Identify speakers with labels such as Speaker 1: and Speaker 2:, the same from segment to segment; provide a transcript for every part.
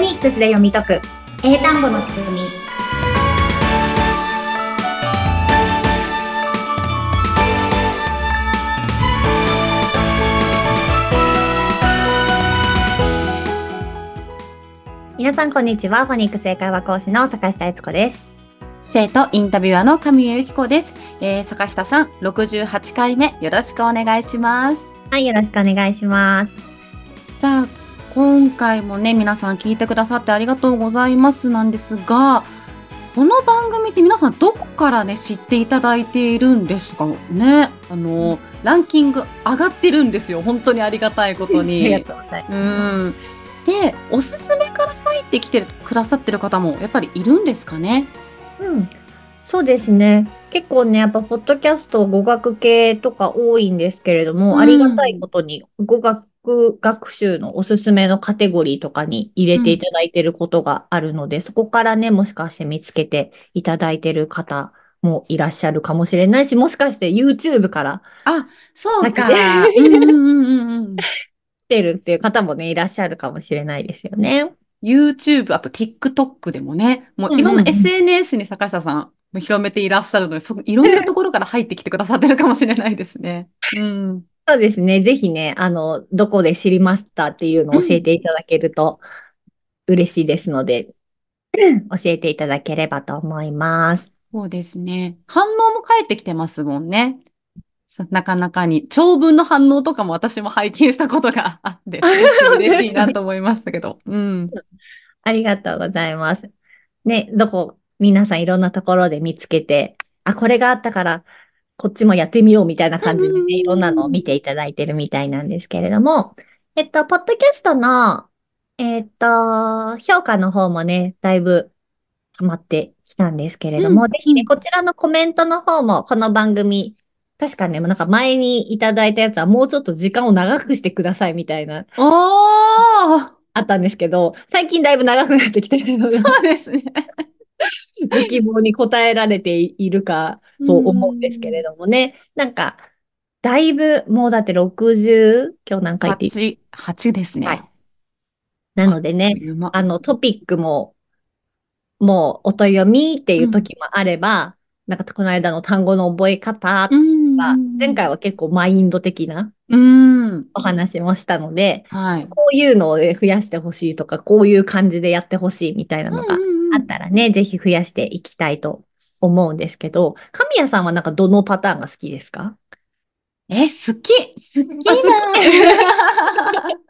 Speaker 1: ニックスで読み解く英単語の仕組み皆さんこんにちはフォニックス英会話講師の坂下悦子です
Speaker 2: 生徒インタビュアーの神谷由紀子です、えー坂下さん68回目よろしくお願いします
Speaker 1: はいよろしくお願いします
Speaker 2: さあ今回もね皆さん聞いてくださってありがとうございますなんですがこの番組って皆さんどこからね知っていただいているんですかねあのランキング上がってるんですよ本当に ありがたいことに
Speaker 1: とうございま
Speaker 2: うんでおすすめから入ってきてるくださってる方もやっぱりいるんですかね
Speaker 3: うん、そうですね。結構ね、やっぱ、ポッドキャスト、語学系とか多いんですけれども、
Speaker 2: うん
Speaker 3: ありがたいことに、語学学習のおすすめのカテゴリーとかに入れていただいてることがあるので、そこからね、もしかして見つけていただいてる方もいらっしゃるかもしれないし、もしかして YouTube から
Speaker 2: そうか。
Speaker 3: だ
Speaker 2: うんうんうんうん。
Speaker 3: 来てるっていう方もね、いらっしゃるかもしれないですよね。
Speaker 2: YouTube、あと TikTok でもね、も
Speaker 3: うんうんう
Speaker 2: うんいろんな SNS に坂下さんも広めていらっしゃるので、そいろんなところから入ってきてくださってるかもしれないですね。うん。
Speaker 3: そうですね。ぜひね、あの、どこで知りましたっていうのを教えていただけると嬉しいですので、教えていただければと思います。
Speaker 2: そうですね。反応も返ってきてますもんね。そうなかなかに。長文の反応とかも私も拝見したことがあって、 嬉しいなと思いましたけど。うん。
Speaker 3: ありがとうございます。ね、どこ、皆さんいろんなところで見つけて、あ、これがあったから、こっちもやってみようみたいな感じで
Speaker 2: うん
Speaker 3: ね、いろんなのを見ていただいてるみたいなんですけれども、えっと、ポッドキャストの、えっと、評価の方もね、だいぶ溜まってきたんですけれども、
Speaker 2: うん
Speaker 3: ぜひね、こちらのコメントの方も、この番組、確かね、なんか前にいただいたやつはもうちょっと時間を長くしてくださいみたいな、
Speaker 2: おー
Speaker 3: あったんですけど、最近だいぶ長くなってきてるので。
Speaker 2: そうですね。
Speaker 3: ご希望に応えられているかと思うんですけれどもね。なんか、だいぶ、もうだって 60? 今日何回って言っ
Speaker 2: 8、8ですね。
Speaker 3: はいなのでね、
Speaker 2: うま
Speaker 3: あのトピックも、もう音読みっていう時もあれば、なんかこの間の単語の覚え方とか、
Speaker 2: うん
Speaker 3: 前回は結構マインド的な
Speaker 2: うん。
Speaker 3: お話もしたので、
Speaker 2: はい。
Speaker 3: こういうのをね増やしてほしいとか、こういう感じでやってほしいみたいなのがあったらね、ぜひ増やしていきたいと思うんですけど、神谷さんはなんかどのパターンが好きですか
Speaker 2: え、好き好き
Speaker 3: あ
Speaker 2: な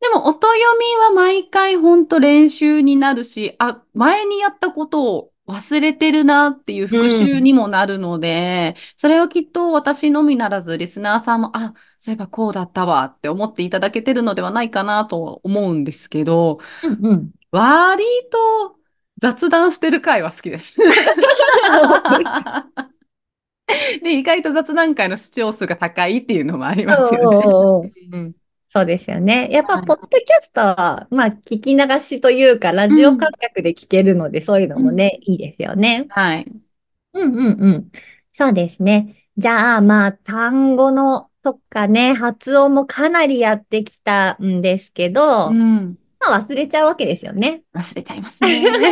Speaker 2: でも、音読みは毎回ほんと練習になるし、あ、前にやったことを忘れてるなっていう復習にもなるので、それはきっと私のみならず、リスナーさんも、あ、そういえばこうだったわって思っていただけてるのではないかなと思うんですけど、
Speaker 3: うん うん。
Speaker 2: 割と雑談してる回は好きです。 で、意外と雑談会の視聴数が高いっていうのもありますよね。うん
Speaker 3: そうですよね。やっぱ、
Speaker 2: はい
Speaker 3: ポッドキャストは、まあ、聞き流しというか、ラジオ感覚で聞けるので、そういうのもね、いいですよね。
Speaker 2: はい。
Speaker 3: うんうんうん。そうですね。じゃあ、まあ、単語のとかね、発音もかなりやってきたんですけど、
Speaker 2: うん
Speaker 3: まあ、忘れちゃうわけですよね。
Speaker 2: 忘れちゃいます ね。
Speaker 3: で、今日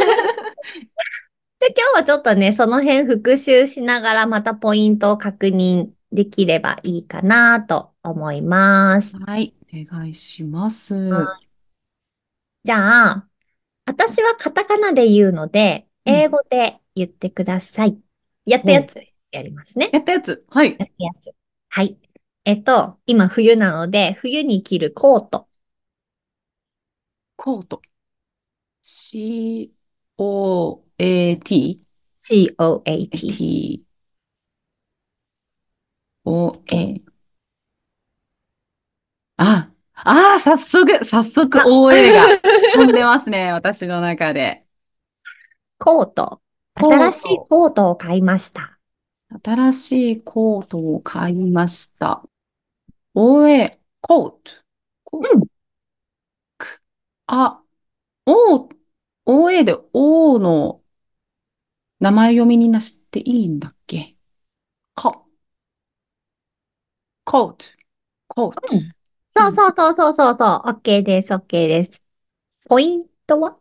Speaker 3: はちょっとね、その辺復習しながらまたポイントを確認できればいいかなと思います。
Speaker 2: はい。お願いします。
Speaker 3: はじゃあ、私はカタカナで言うので、
Speaker 2: うん
Speaker 3: 英語で言ってください。やったやつやりますね。
Speaker 2: やったやつ。はい。
Speaker 3: やったやつ。はい。えっと、今冬なので、冬に着るコート。
Speaker 2: コート。C-O-A-T。
Speaker 3: C-O-A-T。
Speaker 2: T。O. A. あ、あー、早速、早速、OA が飛んでますね、私の中で。
Speaker 3: コート。
Speaker 2: コート
Speaker 3: 新しいコートを買いました。
Speaker 2: 新しいコートを買いました。OA、コート。コー
Speaker 3: うん
Speaker 2: くあ、O、OA で O の名前読みになしていいんだっけコ、コート、コート。
Speaker 3: そうそうそうそうそうそう。OK です、OK です。ポイントは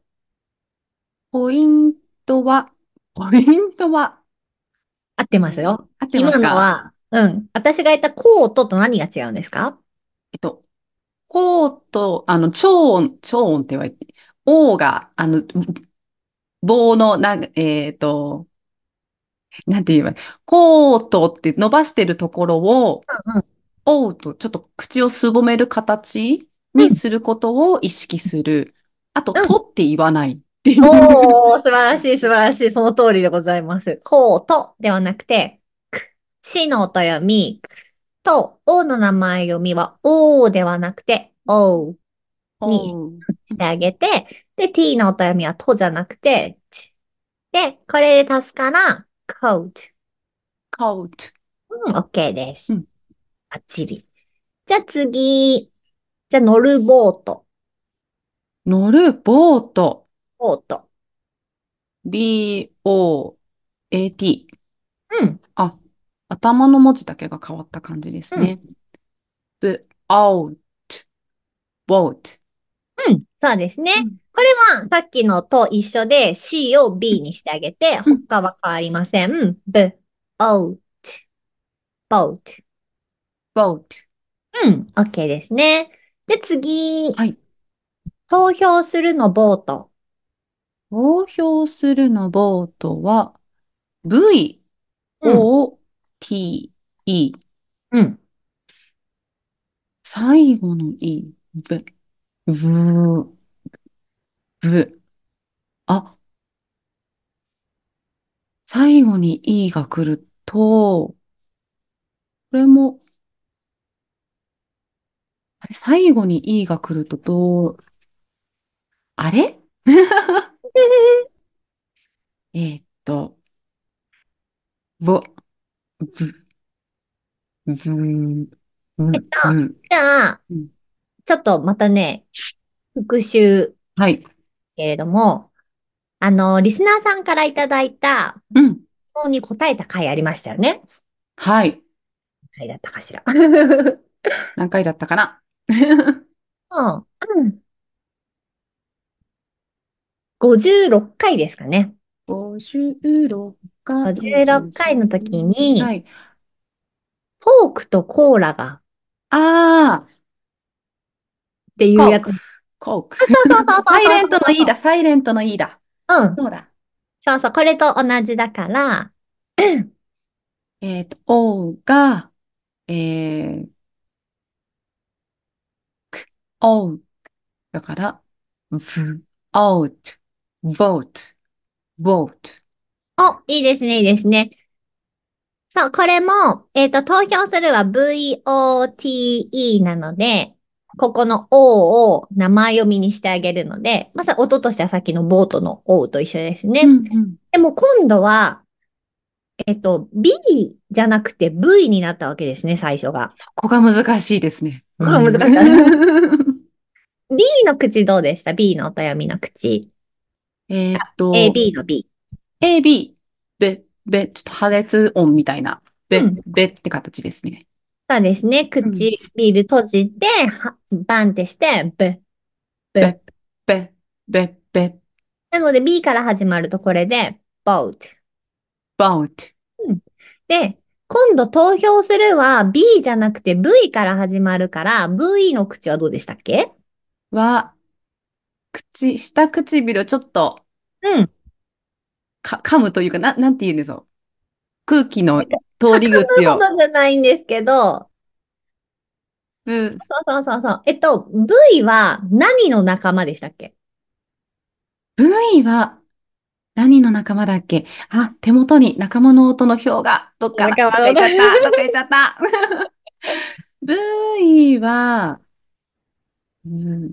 Speaker 2: ポイントは、ポイントは、
Speaker 3: 合ってますよ。
Speaker 2: 合ってま
Speaker 3: 今
Speaker 2: す
Speaker 3: の
Speaker 2: か
Speaker 3: は、うん。私が言ったコートと何が違うんですか
Speaker 2: えっと、こうと、あの、超音、超音って言われて、おが、あの、棒の、なんえっと、なんて言えばいい、コートって伸ばしてるところを、
Speaker 3: うんうん
Speaker 2: おうと、ちょっと口をすぼめる形にすることを意識する。あと、
Speaker 3: うん
Speaker 2: とって言わないっていう。
Speaker 3: おー、素晴らしい、素晴らしい。その通りでございます。コートではなくて、く、しの音読み、く、と、おの名前読みは、おーではなくて、おうに
Speaker 2: おう
Speaker 3: してあげて、で、t の音読みは、とじゃなくて、ち。で、これで足すから、コート。
Speaker 2: コート。
Speaker 3: うん、OK です。
Speaker 2: う
Speaker 3: ば
Speaker 2: ん
Speaker 3: っちり。じゃあ次。じゃあ乗るボート。
Speaker 2: 乗るボート。
Speaker 3: ボート。
Speaker 2: B-O-A-T。
Speaker 3: うん。
Speaker 2: あ、頭の文字だけが変わった感じですね。ぶ、out, boat.
Speaker 3: うん。そうですね。
Speaker 2: うん
Speaker 3: これはさっきのと一緒で C を B にしてあげて、
Speaker 2: うん
Speaker 3: 他は変わりません。ぶ、おう、ボート。
Speaker 2: boat.
Speaker 3: うん。OK ですね。で、次。
Speaker 2: はい。
Speaker 3: 投票するのボート。
Speaker 2: 投票するのボートは、V,
Speaker 3: うん
Speaker 2: O, T, E.
Speaker 3: うん。
Speaker 2: 最後の E, ぶ、ぶ、ぶ。あ、最後に E が来ると、これも、あれ、最後に E が来るとどう、あれ えーっと、ぼ、ぶ、ずん、ぶ、ぶ、
Speaker 3: じゃあ
Speaker 2: うん、
Speaker 3: ちょっとまたね、復習
Speaker 2: はい、
Speaker 3: けれども、あの、リスナーさんからいただいた
Speaker 2: うん、
Speaker 3: 質問に答えた回ありましたよね。
Speaker 2: はい、
Speaker 3: 回だったかしら。 うん。
Speaker 2: 何回だったかな
Speaker 3: 56回ですかね。
Speaker 2: 56回。
Speaker 3: 56回の時に
Speaker 2: はい。
Speaker 3: フォークとコーラが
Speaker 2: ああ、
Speaker 3: っていうやつ。
Speaker 2: フォークコーク。
Speaker 3: そうそうそうそう。
Speaker 2: サイレントの E だ、サイレントの E だ。
Speaker 3: うん。
Speaker 2: そうだ。
Speaker 3: そうそう。これと同じだから、
Speaker 2: えっと、O が、えー、く、O だから、ふ、out, vote, vote.
Speaker 3: お、いいですね、いいですね。そう、これも、えっと、投票するは VOTE なので、ここの O を名前読みにしてあげるので、まさ、音としてはさっきのボートの O と一緒ですね。
Speaker 2: うんうん
Speaker 3: でも今度は、えっと、B じゃなくて V になったわけですね、最初が。
Speaker 2: そこが難しいですね。
Speaker 3: ここが難しい
Speaker 2: うん
Speaker 3: B の口どうでした ?B の音読みの口。
Speaker 2: えっと、
Speaker 3: A、B の B。
Speaker 2: A, B, べ、べ、ちょっと破裂音みたいな、べ
Speaker 3: うん、
Speaker 2: べって形ですね。
Speaker 3: そうですね。唇閉じて、はバンってして、ブ。
Speaker 2: べ、べ、べ、
Speaker 3: なので B から始まるとこれで、boat。
Speaker 2: ボート。
Speaker 3: で、今度投票するは B じゃなくて V から始まるから、V の口はどうでしたっけ
Speaker 2: は、口、下唇をちょっと
Speaker 3: うん。
Speaker 2: か、噛むというか、な、なんて言うんでしょう。空気の通り口を。
Speaker 3: そうじゃないんですけど、
Speaker 2: ぶ、
Speaker 3: そうそうそうそう。えっと、V は何の仲間でしたっけ
Speaker 2: V は、何の仲間だっけあ、手元に仲間の音の表が、どっか、
Speaker 3: 仲
Speaker 2: どっ
Speaker 3: 間の
Speaker 2: か行っちゃった、どっか行っちゃった。V は、うん、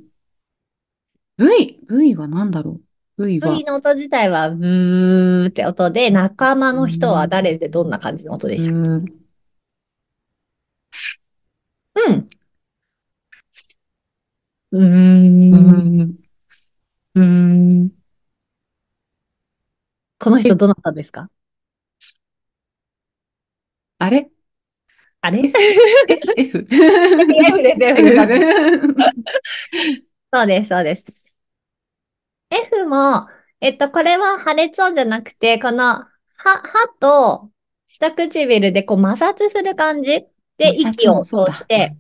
Speaker 2: V、V は何だろう ?V は
Speaker 3: ?V、の音自体はブーって音で、仲間の人は誰でどんな感じの音でしたっ
Speaker 2: うん
Speaker 3: けうん。う
Speaker 2: う
Speaker 3: ーん。
Speaker 2: ん、うん、
Speaker 3: この人どなたですか
Speaker 2: あれ
Speaker 3: あれ
Speaker 2: え ?F?
Speaker 3: F です
Speaker 2: F ですね。
Speaker 3: そうです、そうです。 F も、えっと、これは破裂音じゃなくて、この、は、歯と下唇でこう摩擦する感じ で
Speaker 2: 摩擦
Speaker 3: 息を
Speaker 2: 音そうだ
Speaker 3: 通して、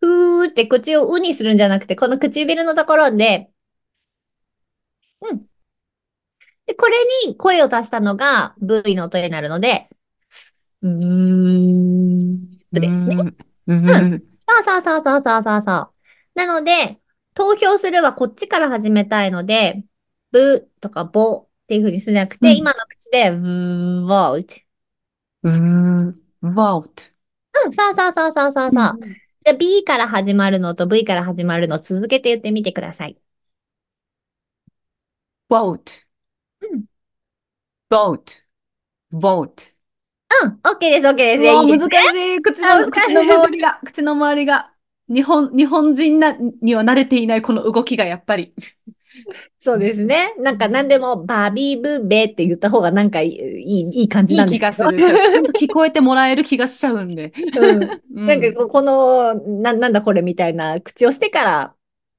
Speaker 3: ふーって口をうにするんじゃなくて、この唇のところで、うん。で、これに声を足したのが V の音になるので、
Speaker 2: うーん。
Speaker 3: ですね
Speaker 2: うん。うん。
Speaker 3: さあさあさあさあさあさあさあ。なので、投票するはこっちから始めたいので、ブとかボっていう風にしなくて、
Speaker 2: うん
Speaker 3: 今の口で、ブー、ボーって。
Speaker 2: うん。わおって。
Speaker 3: うん、さあさあさあさあさあさあ。じゃあ B から始まるのと V から始まるの続けて言ってみてください。
Speaker 2: vote,
Speaker 3: うん
Speaker 2: vote, vote.
Speaker 3: うん、OK です、OK です。
Speaker 2: うわ
Speaker 3: いいです
Speaker 2: 難しい。口
Speaker 3: あ
Speaker 2: の、
Speaker 3: 難しい
Speaker 2: 口の周りが、口の周りが、日本、日本人な、には慣れていないこの動きがやっぱり。
Speaker 3: そうですね。なんか何でも、バビブベって言った方がなんかいい、いいいい感じ
Speaker 2: いい
Speaker 3: なんで
Speaker 2: 気
Speaker 3: す
Speaker 2: が
Speaker 3: け
Speaker 2: す
Speaker 3: ど
Speaker 2: る。ちょちゃんと聞こえてもらえる気がしちゃうんで。
Speaker 3: うん
Speaker 2: う
Speaker 3: なんかこうこの、な、なんだこれみたいな口をしてから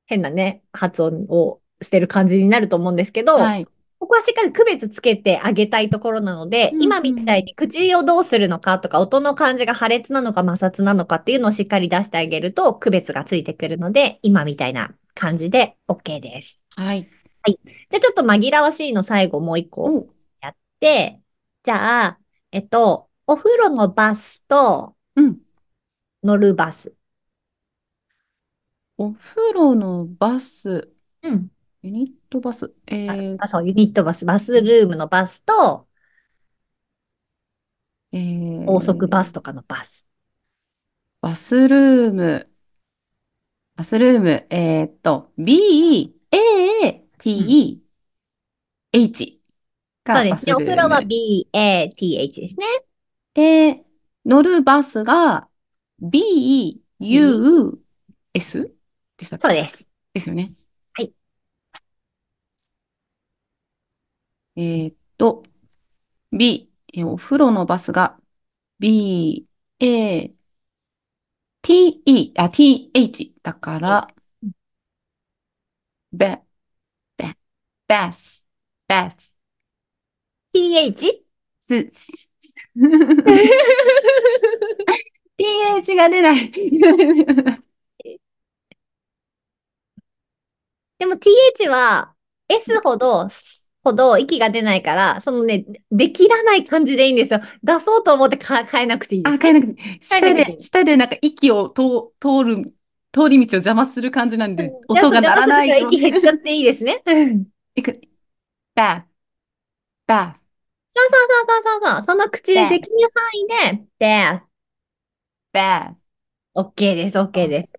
Speaker 3: 変なね、発音をしてる感じになると思うんですけど、
Speaker 2: はい。
Speaker 3: ここはしっかり区別つけてあげたいところなので、
Speaker 2: うんうん
Speaker 3: 今みたいに口をどうするのかとか、音の感じが破裂なのか摩擦なのかっていうのをしっかり出してあげると区別がついてくるので、今みたいな感じで OK です。
Speaker 2: はい。
Speaker 3: じゃあちょっと紛らわしいの最後もう一個
Speaker 2: うん
Speaker 3: やって、じゃあ、えっと、お風呂のバスと
Speaker 2: うん。
Speaker 3: 乗るバス。
Speaker 2: お風呂のバス、
Speaker 3: うん。
Speaker 2: ユニットバス、えー、
Speaker 3: あ、そう、ユニットバス、バスルームのバスと、
Speaker 2: えー、
Speaker 3: 高速バスとかのバス。
Speaker 2: バスルーム、バスルーム、えーっと、B、A、T、H が
Speaker 3: そうで
Speaker 2: バ
Speaker 3: す
Speaker 2: ス
Speaker 3: ね。お
Speaker 2: ル
Speaker 3: 風
Speaker 2: ー
Speaker 3: 呂は
Speaker 2: ム。
Speaker 3: B, A, T, H ですね。
Speaker 2: で、乗るバスが B、U、S でしたっ
Speaker 3: そう
Speaker 2: け
Speaker 3: です。
Speaker 2: ですよね。
Speaker 3: はい。
Speaker 2: えーっと、B、えーお風呂のバスが B、A、T、E、あ、T、H だから、べ、べ、べす、べ す、
Speaker 3: T, H?
Speaker 2: す、す TH が出ない。
Speaker 3: でも T, H は S ほど、S ほど息が出ないから、そのね、できらない感じでいいんですよ。出そうと思ってか変えなくていいで
Speaker 2: あ、
Speaker 3: す。
Speaker 2: 変えなくて、
Speaker 3: 変え
Speaker 2: 舌
Speaker 3: なくてい
Speaker 2: で、
Speaker 3: い
Speaker 2: 舌でなんか息を通、通る、通り道を邪魔する感じなんで、音が鳴らない
Speaker 3: じゃあそ
Speaker 2: よ
Speaker 3: う
Speaker 2: う
Speaker 3: 息
Speaker 2: に。
Speaker 3: 減っちゃっていいですね。うん
Speaker 2: いく、バス、バス、
Speaker 3: そうそうそうそうそう。その口でできる範囲で、で、
Speaker 2: バス。
Speaker 3: OK です、OK です。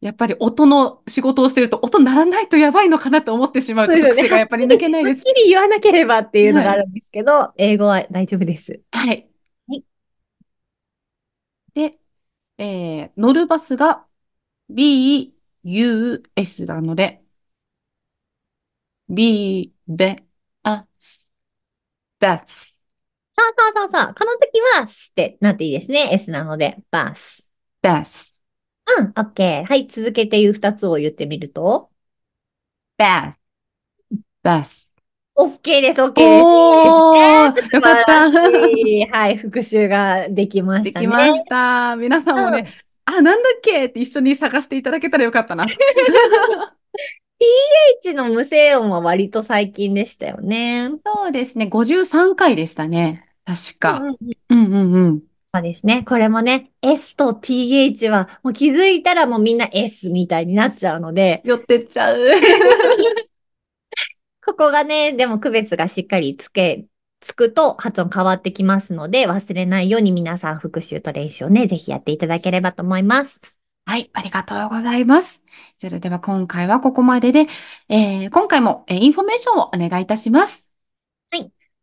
Speaker 2: やっぱり音の仕事をしてると、音鳴らないとやばいのかなと思っ てしまう。ちょっと癖がやっぱり抜けないです。
Speaker 3: はっきり言わなければっていうのがあるんですけど、英語は大丈夫です。
Speaker 2: はい
Speaker 3: はい。
Speaker 2: で、えー、乗るバスが B, U, S なので、B, ベ、アス、バス、
Speaker 3: そうそうそうそう。この時は、すってなっていいですね。S なので、バス。
Speaker 2: バス、
Speaker 3: うん、OK。はい、続けていう二つを言ってみると、
Speaker 2: バス、バス。
Speaker 3: OK です、OK です。
Speaker 2: おー、よかっ
Speaker 3: 素
Speaker 2: た。
Speaker 3: 晴らしい。はい、復習ができま
Speaker 2: で
Speaker 3: したね。
Speaker 2: きました。皆さんもね、あ、なんだっけって一緒に探していただけたらよ かったな。
Speaker 3: H の無声音は割と最近でしたよね。
Speaker 2: そうですね、53回でしたね。確
Speaker 3: うん
Speaker 2: か。
Speaker 3: うんうん
Speaker 2: うんうんうん。
Speaker 3: そうですね。これもね、S と TH は、もう気づいたらもうみんな S みたいになっちゃうので、
Speaker 2: 寄ってっちゃう。
Speaker 3: ここがね、でも区別がしっかりつけ、つくと発音変わってきますので、忘れないように皆さん復習と練習をね、ぜひやっていただければと思います。
Speaker 2: はい、ありがとうございます。それでは今回はここまでで、えー今回も、えーインフォメーションをお願いいたします。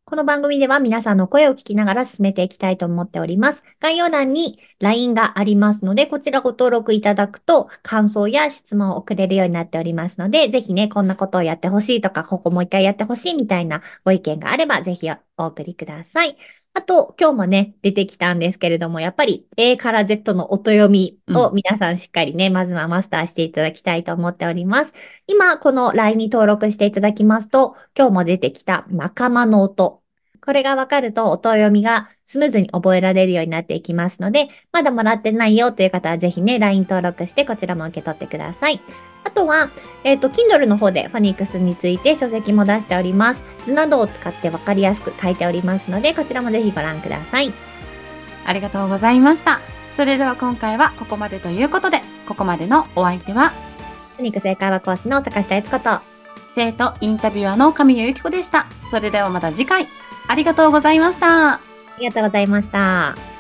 Speaker 3: この番組では皆さんの声を聞きながら進めていきたいと思っております。概要欄に LINE がありますので、こちらご登録いただくと感想や質問を送れるようになっておりますので、ぜひね、こんなことをやってほしいとか、ここもう一回やってほしいみたいなご意見があれば、ぜひ
Speaker 1: お送りください。
Speaker 3: あと、今日もね、出てきたんですけれども、やっぱり A から Z の音読みを皆さんしっかりね、まずはマスターしていただきたいと思っております。今、この LINE に登録していただきますと、今日も出てきた仲間の音。これがわかると、音読みがスムーズに覚えられるようになっていきますので、まだもらってないよという方は、ぜひね、LINE 登録して、こちらも受け取ってください。あとは、えっ、と、Kindle の方でフォニックスについて書籍も出しております。図などを使ってわかりやすく書いておりますので、こちらもぜひご覧ください。
Speaker 2: ありがとうございました。それでは今回はここまでということで、ここまでのお相手は、
Speaker 1: フォニックス英会話講師の坂下悦子と、
Speaker 2: 生徒インタビュアーの神谷由紀子でした。それではまた次回、ありがとうございました。
Speaker 1: ありがとうございました。